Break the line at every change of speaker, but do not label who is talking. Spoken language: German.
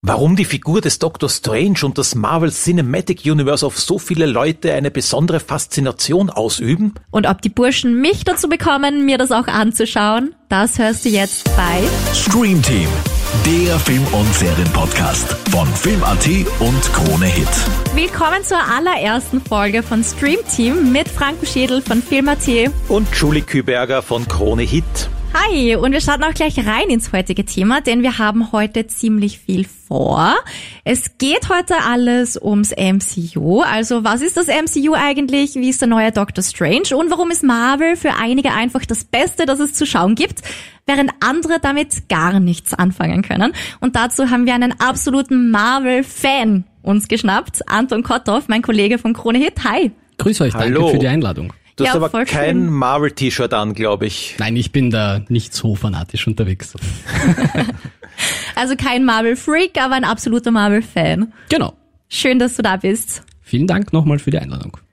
Warum die Figur des Doctor Strange und das Marvel Cinematic Universe auf so viele Leute eine besondere Faszination ausüben?
Und ob die Burschen mich dazu bekommen, mir das auch anzuschauen, das hörst du jetzt bei
Stream Team, der Film- und Serienpodcast von Film.at und Krone Hit.
Willkommen zur allerersten Folge von Stream Team mit Frank Schädel von Film.at.
Und Julie Küberger von Krone Hit.
Hi, und wir starten auch gleich rein ins heutige Thema, denn wir haben heute ziemlich viel vor. Es geht heute alles ums MCU. Also was ist das MCU eigentlich? Wie ist der neue Doctor Strange? Und warum ist Marvel für einige einfach das Beste, das es zu schauen gibt, während andere damit gar nichts anfangen können? Und dazu haben wir einen absoluten Marvel-Fan uns geschnappt. Anton Kotthoff, mein Kollege von Krone Hit. Hi.
Grüß euch,
Hallo.
danke für die Einladung.
Du hast
Ja,
aber
voll
kein
schön.
Marvel-T-Shirt an, glaube ich.
Nein, ich bin da nicht so fanatisch unterwegs.
Also kein Marvel-Freak, aber ein absoluter Marvel-Fan.
Genau.
Schön, dass du da bist.
Vielen Dank nochmal für die Einladung.